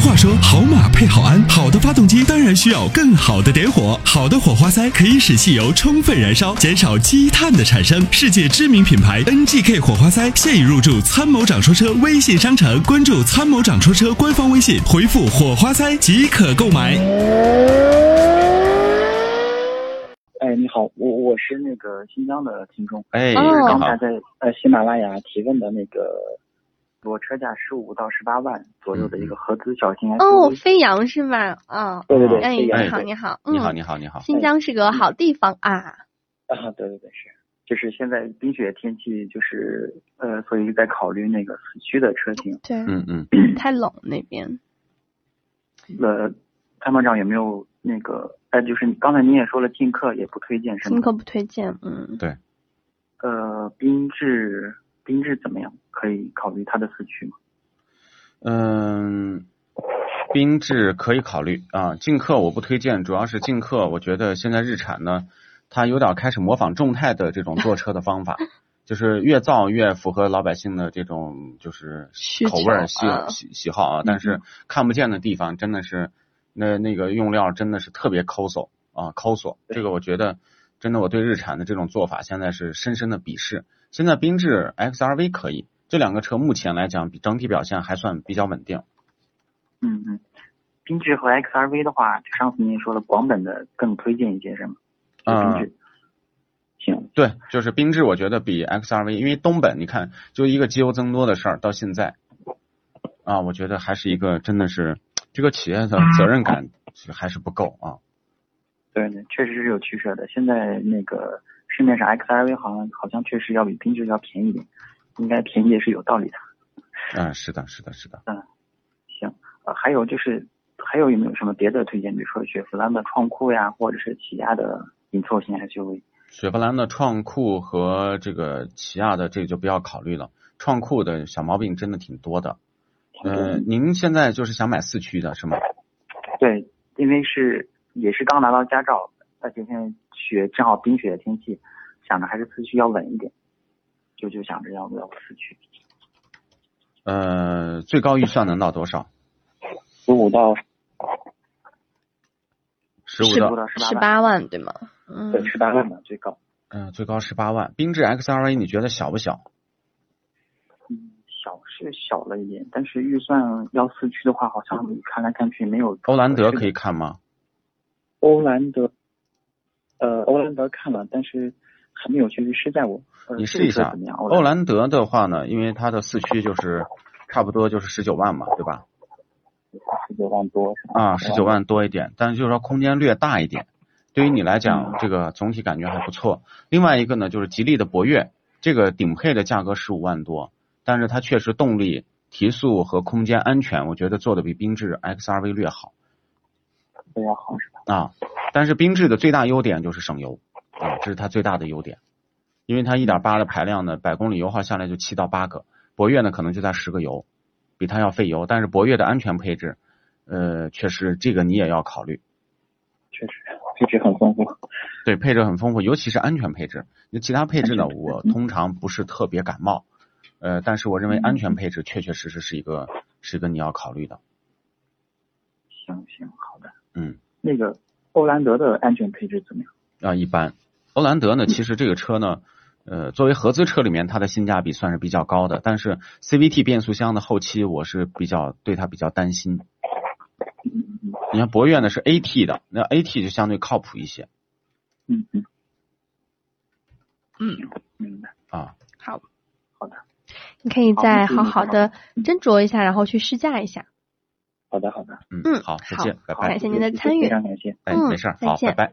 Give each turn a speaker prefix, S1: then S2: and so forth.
S1: 话说，好马配好鞍，好的发动机当然需要更好的点火。好的火花塞可以使汽油充分燃烧，减少积碳的产生。世界知名品牌 NGK 火花塞现已入驻参谋长说车微信商城，关注参谋长说车官方微信，回复火花塞即可购买。
S2: 哎，你好，我我是那个新疆的听众，
S3: 哎，
S4: 哦
S2: 就是
S3: 你
S2: 刚
S3: 好
S2: 才，在呃喜马拉雅提问的那个，裸车价十五到十八万左右的一个合资小型 SUV。
S4: 哦，飞扬是吧？啊、
S2: 对对嗯对，
S4: 哎，
S2: 飞
S4: 你
S2: 扬
S4: 好，
S2: 对
S4: 你好，嗯，
S3: 你好，你好，你好，
S4: 新疆是个好地方啊。
S2: 啊，对对对是，就是现在冰雪天气，就是呃，所以在考虑那个四驱的车型。
S4: 对，
S3: 嗯嗯，
S4: 太冷那边。
S2: 呃，参谋长有没有那个？哎，就是你刚才您也说了，进客也不推荐是
S4: 听
S2: 吗？
S4: 可不推荐，嗯，
S2: 呃，缤智，缤智怎么样？可以考虑它的四驱吗？
S3: 嗯，缤智可以考虑啊，劲客我不推荐，主要是劲客，我觉得现在日产呢，它有点开始模仿众泰的这种坐车的方法，就是越造越符合老百姓的这种就是
S4: 需
S3: 口味儿喜
S4: 求啊
S3: 喜喜好啊，但是看不见的地方真的是那那个用料真的是特别抠搜啊，抠索，这个我觉得真的我对日产的这种做法现在是深深的鄙视。现在缤智 XRV 可以，这两个车目前来讲比整体表现还算比较稳定。
S2: 嗯嗯，缤智和 XRV 的话，就上次您说了，广本的更推荐一些是吗？就缤智。行，
S3: 对，就是缤智，我觉得比 XRV，因为东本你看，就一个机油增多的事儿，到现在，啊，我觉得还是一个真的是这个企业的责任感是还是不够啊。
S2: 对对，确实是有取舍的。现在那个市面上 XRV 好像好像确实要比缤智要便宜一点，应该便宜也是有道理的。
S3: 嗯，是的，是的，是的。
S2: 行，呃，还有就是还有有没有什么别的推荐？比如说雪佛兰的创酷呀，或者是起亚的紧凑型 SUV。
S3: 雪佛兰的创酷和这个起亚的这个就不要考虑了，创酷的小毛病真的挺多的。呃，您现在就是想买四驱的是吗？
S2: 对，因为是也是刚拿到驾照，而且现在雪正好冰雪的天气，想着还是四驱要稳一点，就就想着要不要四驱。
S3: 呃，最高预算能到多少？
S2: 十五到
S3: 十五
S4: 是
S3: 到
S2: 不到
S4: 十
S2: 十
S4: 八
S2: 八万，
S4: 万对吗？嗯，
S2: 对，十八万吧，最高。
S3: 嗯、最高十八万。缤智 XRV 你觉得小不小？
S2: 嗯，小是小了一点，但是预算要四驱的话，好像看来看去没有
S3: 欧蓝德
S2: 合适的
S3: 可以看吗？
S2: 欧蓝德，呃，欧蓝德看了，但是还没有去试驾过。呃
S3: 你
S2: 这
S3: 试一
S2: 个车
S3: 下
S2: 怎么样？
S3: 欧
S2: 蓝
S3: 蓝德的话呢，因为它的四驱就是差不多就是十九万嘛，对吧？
S2: 十九万多是吧？
S3: 啊，十九万多一点，但是就是说空间略大一点。对于你来讲，这个总体感觉还不错。另外一个呢，就是吉利的博越，这个顶配的价格十五万多，但是它确实动力、提速和空间安全，我觉得做的比缤智 XRV 略好
S2: 对要好是吧？
S3: 啊。但是缤智的最大优点就是省油啊，这是它最大的优点，因为它一点八的排量呢，百公里油耗下来就七到八个，博越呢可能就在十个油，比它要费油。但是博越的安全配置，呃，确实这个你也要考虑。
S2: 确实，配置很丰富。
S3: 对，配置很丰富，尤其是安全配置。那其他配置呢，我通常不是特别感冒，呃，但是我认为安全配置确确实实是一个是一个你要考虑的。
S2: 行行，好的。
S3: 嗯，
S2: 那个欧蓝德的安全配置怎么样？
S3: 啊，一般。欧蓝德呢，其实这个车呢，呃，作为合资车里面，它的性价比算是比较高的，但是 CVT 变速箱的后期我是比较对它比较担心。
S2: 嗯嗯
S3: 你看博越呢是 AT 的，那 AT 就相对靠谱一些
S2: 嗯嗯，
S4: 嗯，
S2: 明白。
S3: 啊。
S4: 好，
S2: 好的，
S4: 你可以
S2: 好
S4: 再
S2: 那就
S4: 好好的斟酌一下，然后去试驾一下。
S2: 好的好的，
S3: 嗯，
S4: 嗯
S3: 好，再
S4: 好
S3: 见，拜
S2: 好
S3: 拜
S4: 感。谢您的
S2: 谢谢
S4: 参与
S2: 非常感谢。
S3: 哎，
S4: 嗯
S3: 没事儿，
S4: 再
S3: 好，
S4: 见
S3: 拜拜。